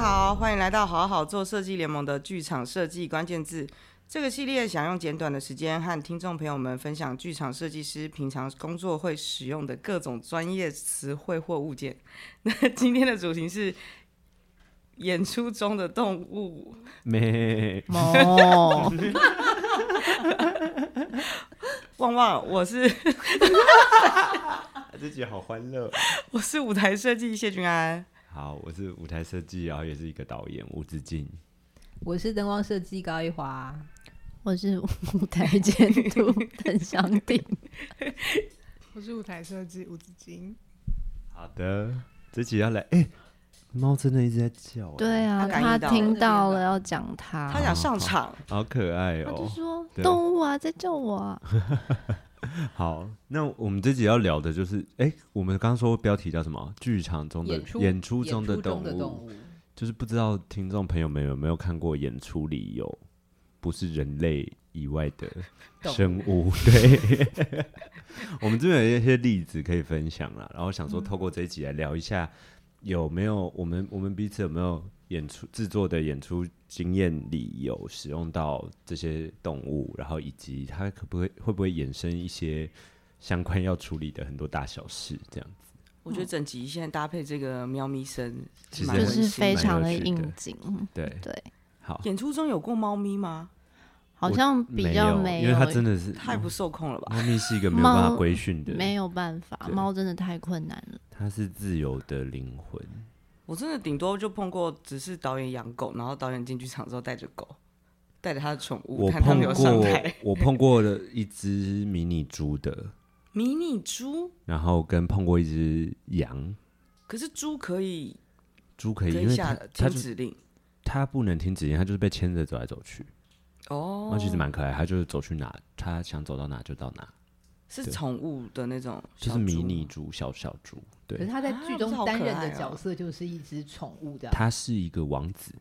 好，欢迎来到好好做设计联盟的剧场设计关键字。这个系列想用简短的时间和听众朋友们分享剧场设计师平常工作会使用的各种专业词汇或物件。 那今天的主题是演出中的动物。没， 哦，旺旺，我是 这集好欢乐。我是舞台设计谢君安。好，我是舞台设计，然后也是一个导演吴志敬。我是灯光设计高一华，我是舞台监督邓祥鼎。我是舞台设计吴子金，好的，这集要来，哎、猫真的一直在叫、哎对，啊，他他感应到听到了要讲他，他想上场，好可爱他就哦。说对动物啊，在叫我啊。好，那我们这集要聊的就是，哎、我们刚刚说标题叫什么？剧场中的 演出演出中的演动动物，物，就是不知道听众朋友们有没有看过演出里有不是人类以外的动物生物？ 对， 我们这边有一些例子可以分享啦。然后想说，透过这一集来聊一下，有没有我们我们彼此有没有演出制作的演出经验里有使用到这些动物，然后以及它可不会会不会衍生一些相关要处理的很多大小事？这样子我觉得整集现在搭配这个喵咪声，其实蛮就温馨是非的常啊的蛮有趣的应景，对对，好。演出中有过猫咪吗？好像比较没没因为它真的是嗯太不受控了吧？猫咪是一个没有办法猫规训的，没有办法，对猫真的太困难了。它是自由的灵魂。我真的顶多就碰过，只是导演养狗，然后导演进剧场之后带着狗，带着他的宠物，我看他碰们有上过台。，我碰过了一只迷你猪的，迷你猪，然后跟碰过一只羊。可是猪可以猪可可以，因以为下它停它就止令它不能听指令，它就是被牵着走来走去。哦它，其实蛮可爱，它就是走去哪，它想走到哪就到哪，是对宠物的那种小就猪，是迷你猪，小小猪。可是对，他在啊剧不是好中担可任爱的哦角色就是一只宠物的，它是一个王子。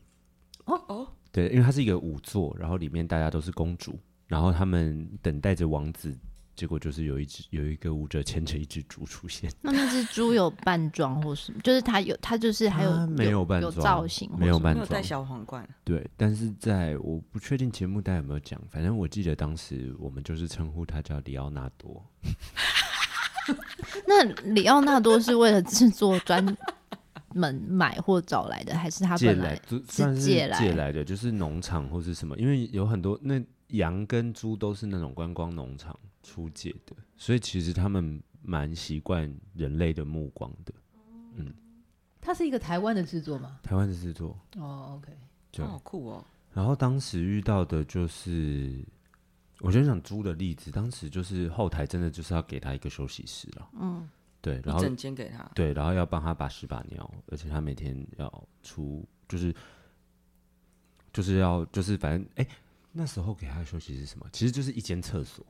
哦哦，对，因为它是一个仵作，然后里面大家都是公主，然后他们等待着王子，结果就是有一只有一个舞者牵着一只猪出现，那那只猪有扮装或什么？就是它有，它就是它还有啊没有扮有装造型或没有什么扮没有戴装，小皇冠，啊对，但是在我不确定节目大家有没有讲，反正我记得当时我们就是称呼他叫里奥纳多，那里奥纳多是为了制作专门买或找来的，还是他借本来来？就算是借来借来的，就是农场或是什么，因为有很多那羊跟猪都是那种观光农场出借的，所以其实他们蛮习惯人类的目光的。它是一个台湾的制作吗？台湾的制作，哦，OK，对，好酷哦。然后当时遇到的就是，我先讲猪的例子。当时就是后台真的就是要给他一个休息室了，嗯，对，然一后整间给他，对，然后要帮他把屎把尿，而且他每天要出，就是就是要就是反正哎、那时候给他的休息是什么？其实就是一间厕所，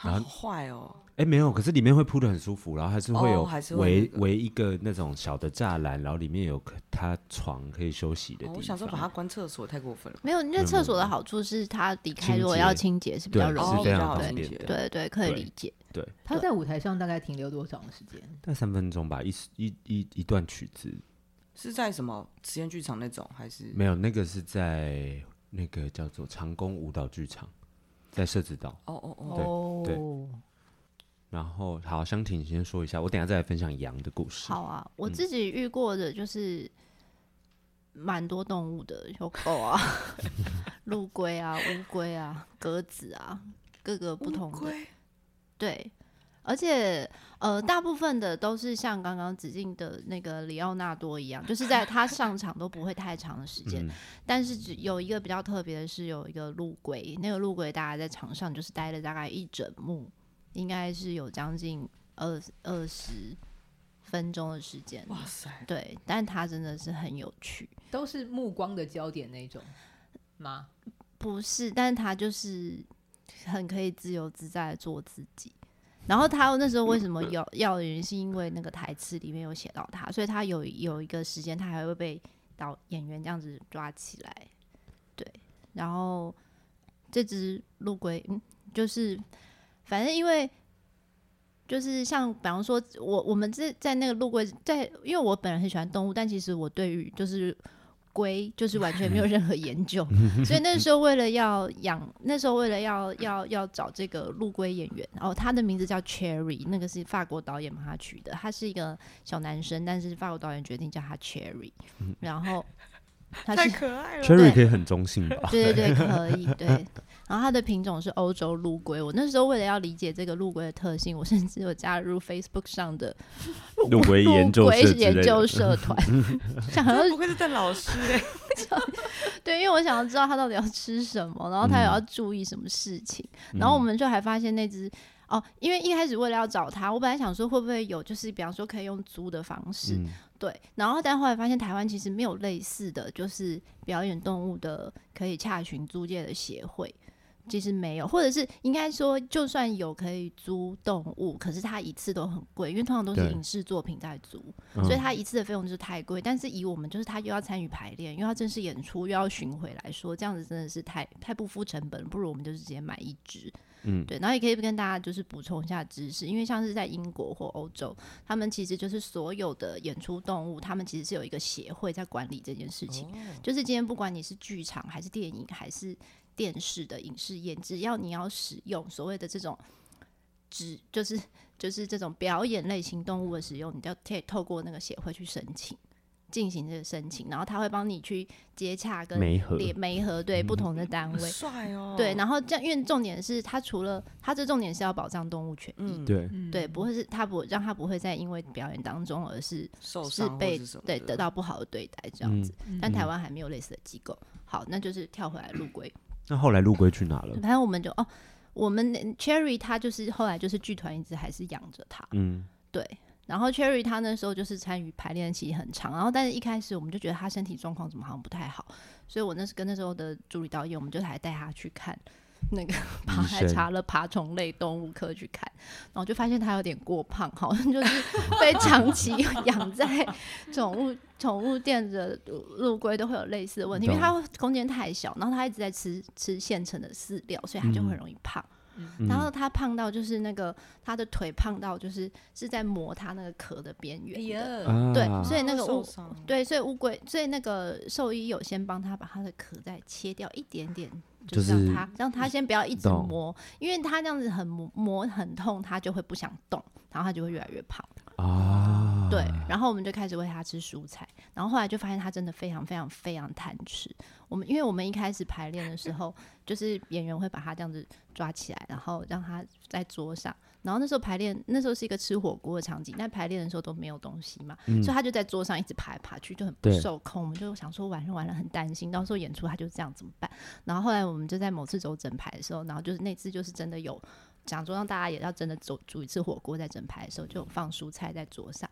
然好后坏哦，哎、没有，可是里面会铺的很舒服，然后还是会有哦还是会有围那个围、一个那种小的栅栏，然后里面有可他床可以休息的地哦方。我想说把他关厕所太过分了，没有，因为厕所的好处是它离清开，洁如果要清洁是比对较容是易非的。常哦方便了解的。对对，可以对理解。他在舞台上大概停留多长时间？大概三分钟吧，一一一一段曲子，是在什么实验剧场那种还是？没有那个是在那个叫做长工舞蹈剧场，在社子岛。哦哦哦，对哦，然后好，香婷先说一下，我等一下再来分享羊的故事。好，啊，我自己遇过的就是蛮多动物的，有狗啊、陆龟啊、乌龟啊、鸽子啊，各个不同的。对，而且呃，大部分的都是像刚刚子敬的那个里奥纳多一样，就是在他上场都不会太长的时间。嗯但是只有一个比较特别的是，有一个陆龟，那个陆龟大家在场上就是待了大概一整幕，应该是有将近二二十分钟的时间。哇塞，对，但它真的是很有趣。都是目光的焦点那种吗？不是，但是他就是很可以自由自在的做自己。然后他那时候为什么要要的原因，是因为那个台词里面有写到他，所以他有有一个时间，他还会被导演员这样子抓起来。对，然后这只陆龟，嗯，就是反正因为就是像，比方说我我们这在那个陆龟，在因为我本人很喜欢动物，但其实我对于就是龟就是完全没有任何研究，所以那时候为了要养，那时候为了要要要找这个陆龟演员，然后他的名字叫 Cherry，那个是法国导演帮他取的，他是一个小男生，但是法国导演决定叫他 Cherry，然 后他太是可爱了。 Cherry 可以很中性 吧？对对对，可以对。然后它的品种是欧洲陆龟。我那时候为了要理解这个陆龟的特性，我甚至有加入 Facebook 上的 陆龟研究陆龟社之类研究的，社 团， 想要真的不愧是邓老师 哎、对，因为我想要知道它到底要吃什么，然后嗯它有要注意什么事情。然后我们就还发现那只哦，因为一开始为了要找它，我本来想说会不会有，就是比方说可以用租的方式，嗯，对，然后但后来发现台湾其实没有类似的，就是表演动物的可以洽询租借的协会，其实没有，或者是应该说，就算有可以租动物，可是它一次都很贵，因为通常都是对影视作品在租，嗯所以它一次的费用就是太贵。但是以我们就是他又要参与排练，又要正式演出，又要巡回来说，这样子真的是太太不敷成本，不如我们就是直接买一只。嗯对，然后也可以跟大家就是补充一下知识，因为像是在英国或欧洲，他们其实就是所有的演出动物，他们其实是有一个协会在管理这件事情。就是今天不管你是剧场还是电影还是电视的影视业，只要你要使用所谓的这种只就是就是这种表演类型动物的使用，你就要可以透过那个协会去申请。进行这个申请，然后他会帮你去接洽跟媒合联媒合对不同的单很嗯位，帅哦。对，然后这样，因为重点是它除了它这重点是要保障动物权益，嗯，对，对，不会是它不让它不会再因为表演当中而是受是伤或被是什么对的得到嗯不好的对待这样子。嗯但台湾还没有类似的机构。好，那就是跳回来陆龟，那后来陆龟去哪了？反正我们就哦，我们 Cherry 他就是后来就是剧团一直还是养着他，嗯，对。然后 Cherry 他那时候就是参与排练期很长，然后但是一开始我们就觉得他身体状况怎么好像不太好，所以我那时跟那时候的助理导演，我们就还带他去看那个爬，医还生查了爬虫类动物科去看，然后就发现他有点过胖，好像就是 被长期养在宠物宠物店的陆龟都会有类似的问题，因为它空间太小，然后它一直在吃吃现成的饲料，所以它就很容易胖。嗯然后它胖到就是那个它的腿胖到就是是在磨它那个壳的边哎缘的，呀，对啊所以那个受乌伤，嗯对，所以乌龟，所以那个兽医有先帮他把他的壳再切掉一点点，就就是让他让他先不要一直懂磨，因为他那样子很磨磨很痛，他就会不想动，然后他就会越来越胖。啊，对，然后我们就开始喂他吃蔬菜，然后后来就发现他真的非常非常非常贪吃。我们因为我们一开始排练的时候，就是演员会把他这样子抓起来，然后让他在桌上。然后那时候排练，那时候是一个吃火锅的场景，但排练的时候都没有东西嘛，所以他就在桌上一直爬来爬去，就很不对受控。我们就想说完了完了，很担心，到时候演出他就这样怎么办？然后后来我们就在某次走整排的时候，然后就是那次就是真的有讲桌上大家也要真的走煮一次火锅在整排的时候，就有放蔬菜在桌上。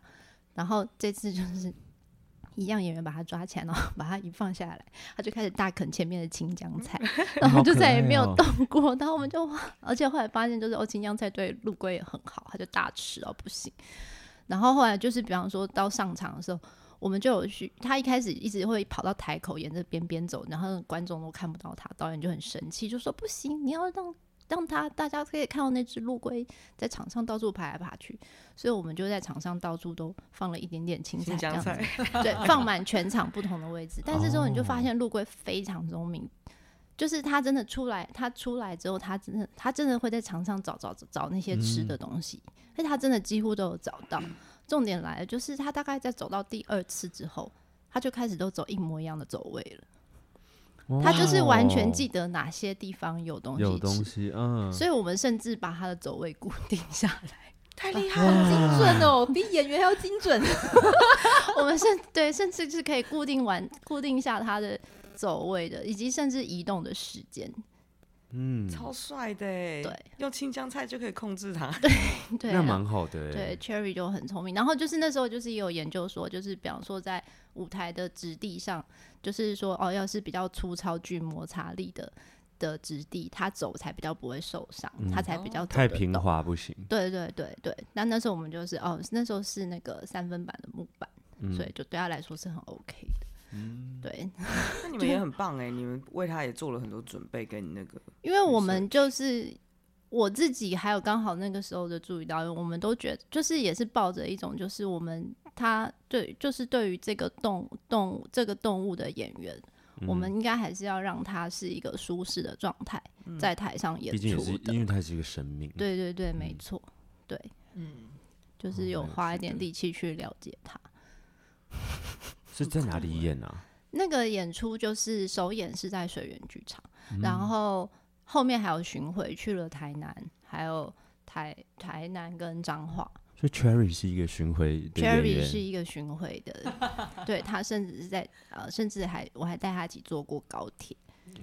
然后这次就是 一样，演员把他抓起来，然后把他一放下来，他就开始大啃前面的青江菜，然后就再也没有动过。然后我们就哇，而且后来发现就是哦，青江菜对陆龟也很好，他就大吃哦不行。然后后来就是比方说到上场的时候。我们就有去，他一开始一直会跑到台口，沿着边边走，然后观众都看不到他，导演就很生气，就说不行，你要让让他大家可以看到那只陆龟在场上到处爬来爬去，所以我们就在场上到处都放了一点点青菜，新这样疆子菜， 对，放满全场不同的位置。但是之后你就哦发现陆龟非常聪明，就是它真的出来，它出来之后，它真的它真的会在场上找找找那些吃嗯的东西，而且它真的几乎都有找到。重点来了，就是它大概在走到第二次之后，它就开始都走一模一样的走位了。哇哦它嗯就是完全记得哪些地方有东有西东吃，西，嗯，所以我们甚至把它的走位固定下来。太厉害了！精准啊哦，比演员还要精 准。我们甚对，甚至是可以固定完、固定下它的走位的，以及甚至移动的时间。 嗯，超帅的欸哎，对，用青江菜就可以控制 它。对那啊，蛮好的，欸对，Cherry 就很聪明。然后就是那时候就是也有研究说，就是比方说在舞台的质地上，就是说哦，要是比较粗糙具摩擦力的的质地，它走才比较不会受伤，它才比较走嗯太得平动。滑不行，对对对对，那那时候我们就是哦，那时候是那个三分板的木板，嗯所以就对他来说是很 OK 的。对，那你们也很棒哎、你们为他也做了很多准备跟那个，因为我们就是我自己，还有刚好那个时候的助理导演，我们都觉得就是也是抱着一种就是我们他对就是对于这个动动这个动物的演员，我嗯们应该还是要让他是一个舒适的状态、在台上演毕竟也是出的因。为它是一个生命，对对对，没错，对，嗯，就是有蛮有花一趣点的力气去了解他。是在哪里演啊？那个演出就是首演是在水源剧场，然后后面还有巡回去了台南，还有台台南跟彰化。所以 Cherry 是一个巡回的演 Cherry 是员，一个巡回的， 对他甚至是在呃，甚至还我还带他一起坐过高铁。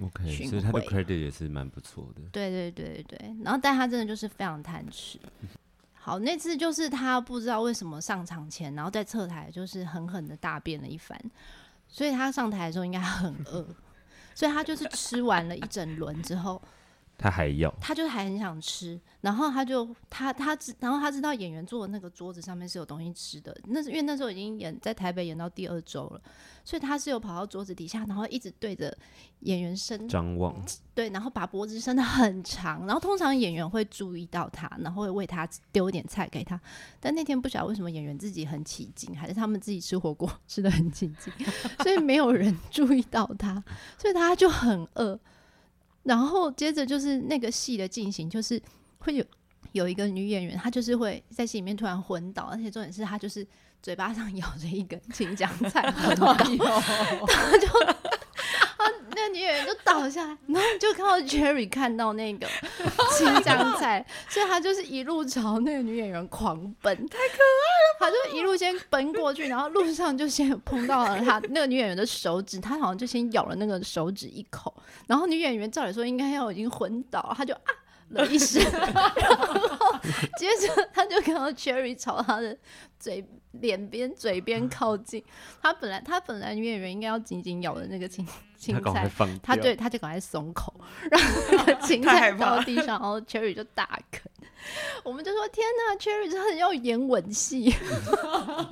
OK，巡所以他的回 credit 也是蛮不错的。对对对对对，然后但他真的就是非常贪吃。好，那次就是他不知道为什么上场前，然后在侧台就是狠狠的大便了一番，所以他上台的时候应该很饿， 所以他就是吃完了一整轮之后，他还要他就还很想吃，然后他就他他知，然后他知道演员坐的那个桌子上面是有东西吃的，那是因为那时候已经演在台北演到第二周了，所以他是有跑到桌子底下，然后一直对着演员伸张望，对，然后把脖子伸得很长，然后通常演员会注意到他，然后会为他丢一点菜给他，但那天不晓得为什么演员自己很起劲，还是他们自己吃火锅 吃的很起劲， 所以没有人注意到他，所以他就很饿。然后接着就是那个戏的进行，就是会有有一个女演员，她就是会在戏里面突然昏倒，而且重点是她就是嘴巴上 咬着一根青江菜昏倒，她就她 那个女演员就倒下来，然后就看到 Jerry 看到那个青江菜， 所以他就是一路朝那个女演员狂奔，太可爱了，他就一路先奔过去，然后路上就先碰到了她那个女演员的手指，她好像就先咬了那个手指一口，然后女演员照理说应该要已经昏倒了，她就啊了一声，然后接着她就看到 Cherry 朝她的嘴脸边嘴边靠近。她本来她本来女演员应该要紧紧咬的那个青青他赶快菜，放掉。她对她就赶快松口，让 那个青啊太害菜怕掉地上，然后 Cherry 就大啃。我们就说天呐 c h e r r y 真的要演吻戏，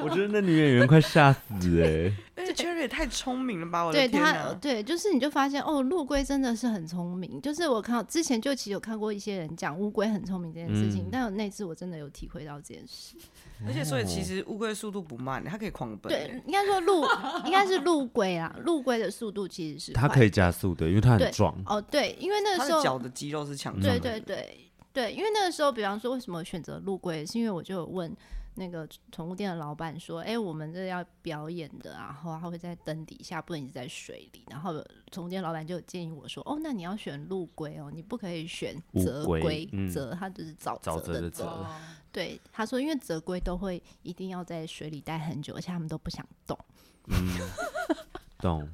我觉得那女演员快吓 死哎、哎，Cherry 也太聪明了吧！我的对天他，哦哪！对，就是你就发现哦，陆龟真的是很聪明。就是我看到之前就其实有看过一些人讲乌龟很聪明这件事情，嗯但有那次我真的有体会到这件事。而且所以其实乌龟速度不慢，它可以狂奔。欸对，应该说陆应该是陆龟啦，陆龟的速度其实是他快可以加速的，因为他对很壮。哦，对，因为那个它时的脚候的肌肉是强壮对的。对对对，因为那个时候，比方说为什么选择陆龟，是因为我就有问。那个宠物店的老板说：“哎、我们这要表演的，啊然后它会在灯底下，不能一直在水里。”然后宠物店老板就有建议我说：“哦，那你要选陆龟哦，你不可以选乌泽龟龟，嗯泽它就是沼沼泽泽的的 泽泽。哦对，他说因为泽龟都会一定要在水里待很久，而且他们都不想动。 嗯，懂。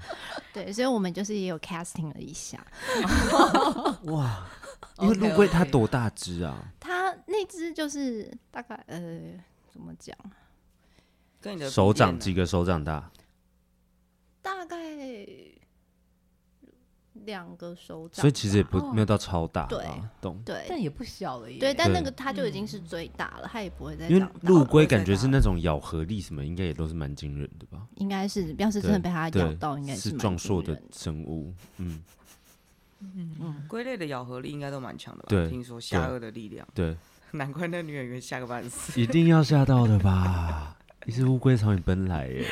对，所以我们就是也有 casting 了一下。哇，因为 OK，OK 陆龟它多大只啊？它那只就是大概呃怎么讲，跟你的手眼掌啊几个手掌大？大概两个手掌吧，所以其实也不哦没有到超大对吧，懂？对但也不小了耶。对，但那对个它就已经是最大了，它也不会再因长为大陆了。龟感觉是那种咬合力什么，应该也都是蛮惊人的吧？应该是，要是真的对被它啊咬对到，应该是蛮壮惊硕的人生物，嗯，龟类的咬合力应该都蛮强的吧？对听说下颚的力量，对，难怪那女演员吓个半 死，一定要吓到的吧？一只乌龟朝你奔来耶！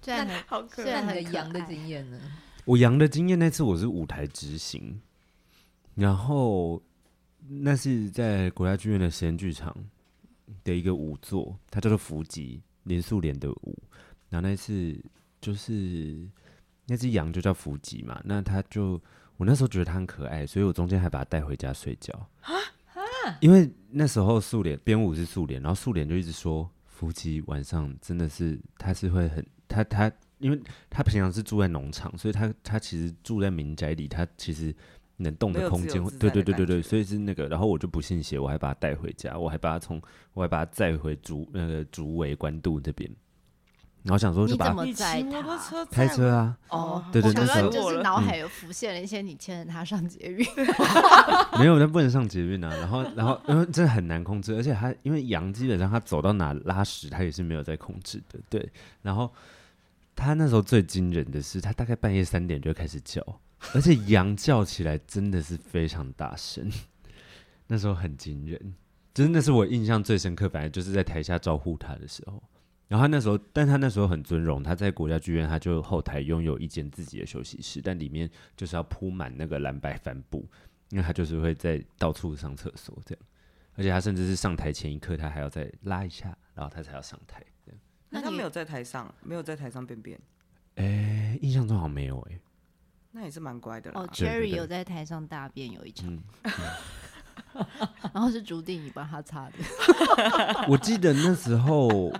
虽然很好可虽爱。然那很你的可羊的爱经验呢？我羊的经验那次我是舞台执行，然后那是在国家剧院的实验剧场的一个舞作，它叫做伏吉林素莲的舞。然后那次就是那只羊就叫伏吉嘛，那它就我那时候觉得它很可爱，所以我中间还把它带回家睡觉。啊因为那时候素莲编舞是素莲，然后素莲就一直说伏吉晚上真的是它是会很它它因为他平常是住在农场，所以他他其实住在民宅里，他其实能动没的有空自由间会，自对在的对感对对对，觉所以是那个。然后我就不信邪，我还把他带回家，我还把他从我还把他载回竹那个竹围关渡这边，然后想说就你把怎他么你载骑摩托它？车 开载车啊，哦，对对我那刚时刚候就是脑脑海有浮现了一些你牵着它上捷运， 没有，那不能上捷运啊。然后，然后，因为真的很难控制，而且它因为羊基本上它走到哪拉屎，它也是没有在控制的。对，然后它那时候最惊人的是，它大概半夜三点就开始叫，而且羊叫起来真的是非常大声， 那时候很惊人，真的是我印象最深刻。反正就是在台下招呼它的时候，然然后他那时候，但他那时候很尊荣，他在国家剧院，他就后台拥有一间自己的休息室，但里面就是要铺满那个蓝白帆布，因为他就是会在到处上厕所这样，而且他甚至是上台前一刻，他还要再拉一下，然后他才要上台。那他你没有在台上，没有在台上便便，哎，印象中好像没有哎、那也是蛮乖的啦。哦对对，Cherry 对有在台上大便有一场，嗯 然后是竹定你帮他擦的，我记得那时候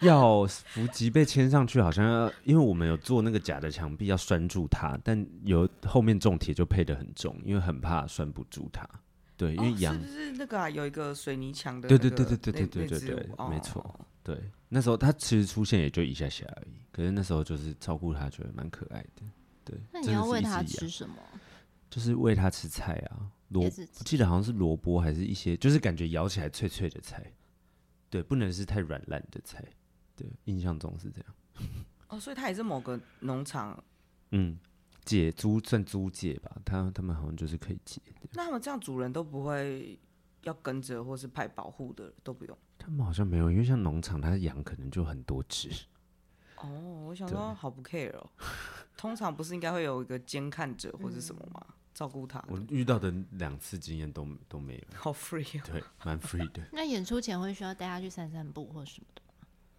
要伏击被牵上去，好像要因为我们有做那个假的墙壁要拴住它，但有后面重铁就配得很重，因为很怕拴不住它。对，因为哦羊、是不是那个啊？有一个水泥墙的对那对个那？对对那对对哦对只对舞对没错。对那时候它其实出现也就一下下而已，可是那时候就是照顾它，觉得蛮可爱的。对， 那真你的要是喂一他只吃羊，什么？就是喂它吃菜啊，萝也卜是吃我记得好像是萝卜还是一些，就是感觉咬起来脆脆的菜，对，不能是太软烂的菜，对，印象中是这样。哦，所以它也是某个农场。嗯，解租算租借吧，他他们好像就是可以解，那他们这样主人都不会要跟着，或是派保护的都不用。他们好像没有，因为像农场，它羊可能就很多只，哦，我想对说好不 care 哦。通常不是应该会有一个监看者或者什么吗？照顾它的， 我遇到的两次经验都都没有，好 free 哦。对，蛮 free 的。那演出前会需要带他去散散步或什么的？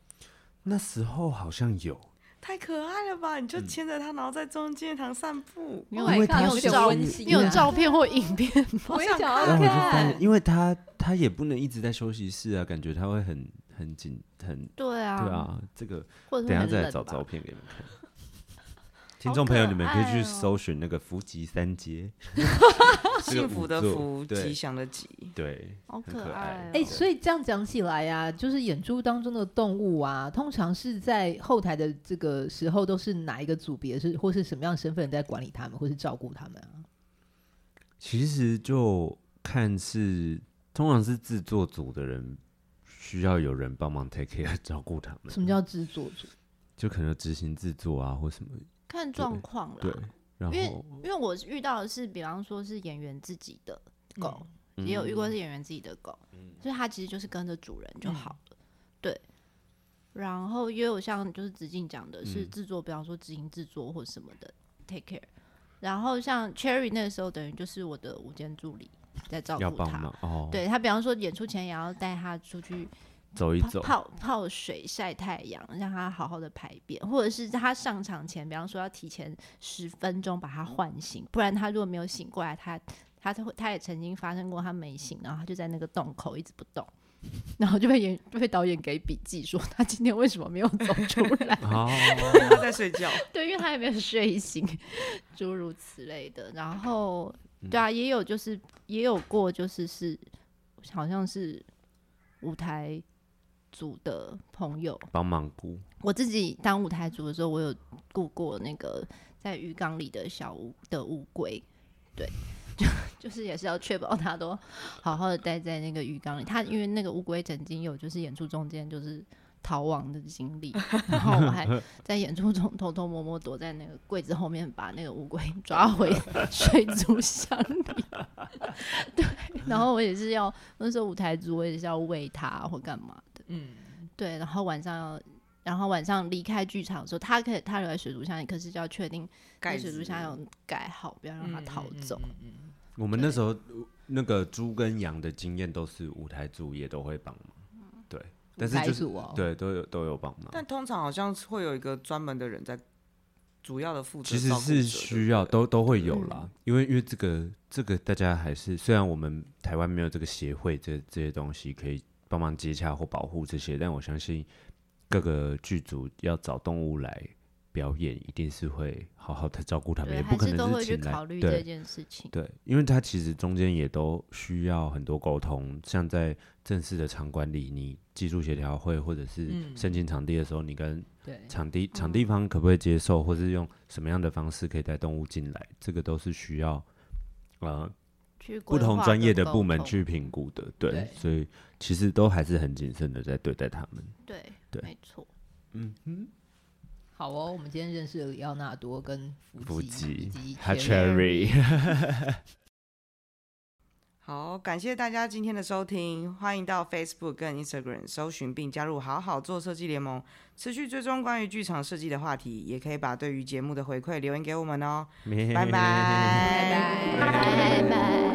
那时候好像有，太可爱了吧！你嗯就牵着它，然后在中间堂散步。因 Oh 为 my 他 god，有有点照温馨你有啊照片或影片 吗？我也想要然后我就发看现，。因为他他也不能一直在休息室啊，感觉他会很很紧很。对对啊，啊，这个或者等是一下很再来冷找吧照片给你们 看。听众朋友，你们可以哦去搜寻那个福吉三街，这个 幸福舞的作福，对吉祥的吉。对，好很可爱爱哦。哎、所以这样讲起来呀、就是演出当中的动物啊，通常是在后台的这个时候，都是哪一个组别是或是什么样的身份在管理他们，或是照顾他们啊？其实就看是，通常是制作组的人需要有人帮忙 take care 照顾他们。什么叫制作组？就可能有执行制作啊，或什么看状况对啦。。然嗯因为后因为我遇到的是，比方说是演员自己的狗，也有遇嗯过是演员自己的狗，所以它其实就是跟着主人就好嗯了。对。然后也有像就是子静讲的是嗯制作，比方说执行制作或什么的 take care。然后像 Cherry 那时候等于就是我的午间助理在照要顾帮他忙，哦，，对他比方说演出前也要带他出去走一泡走，，泡泡水、晒太阳，让他好好的排便，或者是他上场前，比方说要提前十分钟把他唤醒，不然他如果没有醒过来，他他他会他也曾经发生过他没醒，然后他就在那个洞口一直不动， 然后就被演就被导演给笔记说他今天为什么没有走出来哦，它在睡 觉。 对，因为他也没有睡醒，诸如此类的。然后对啊，也有就是也有过就是是好像是舞台组的朋友。帮忙顾，我自己当舞台组的时候，我有雇过那个在鱼缸里的小乌的乌龟，对，就就是也是要确保它都好好的待在那个鱼缸里。它因为那个乌龟曾经有就是演出中间就是逃亡的经历，然后我还在演出中偷偷摸摸躲在那个柜子后面，把那个乌龟抓回水族箱里。 对，然后我也是要那时候舞台组，我也是要喂它或干嘛的。嗯，对，然后晚上要，然后晚上离开剧场的时候，他可以他留在水族箱里，可是就要确定那盖水族子箱有盖好，不要让他逃走。嗯嗯嗯嗯我们那时候那个猪跟羊的经验都是舞台组也都会帮忙，嗯对，但是舞台就是组哦，对都有都有帮忙，但通常好像是会有一个专门的人在主要的负责其实照顾者，是需要对不对都都会嗯有啦，因为因为这个这个大家还是虽然我们台湾没有这个协会这这些东西可以帮忙接洽或保护这些，但我相信各个剧组要找动物来表演，一定是会好好的照顾他们，对，也不还可是都能会去请来考虑这对件事情。对，因为它其实中间也都需要很多沟通，像在正式的场馆里，你技术协调会或者是嗯申请场地的时候，你跟对，场地场嗯地方可不可以接受，或是用什么样的方式可以带动物进来，这个都是需要呃去不规同划专业跟的沟部门通去评估的。对，对所以其实都还是很谨慎的在对待他们。对，对没错。好哦，我们今天认识了里奥纳多跟伏吉击以及哈 Cherry Cherry，好，感谢大家今天的收听，欢迎到 Facebook 跟 Instagram 搜寻并加入“好好做设计联盟”，持续追踪关于剧场设计的话题，也可以 把对于节目的回馈留言给我们哦。拜拜拜拜拜拜。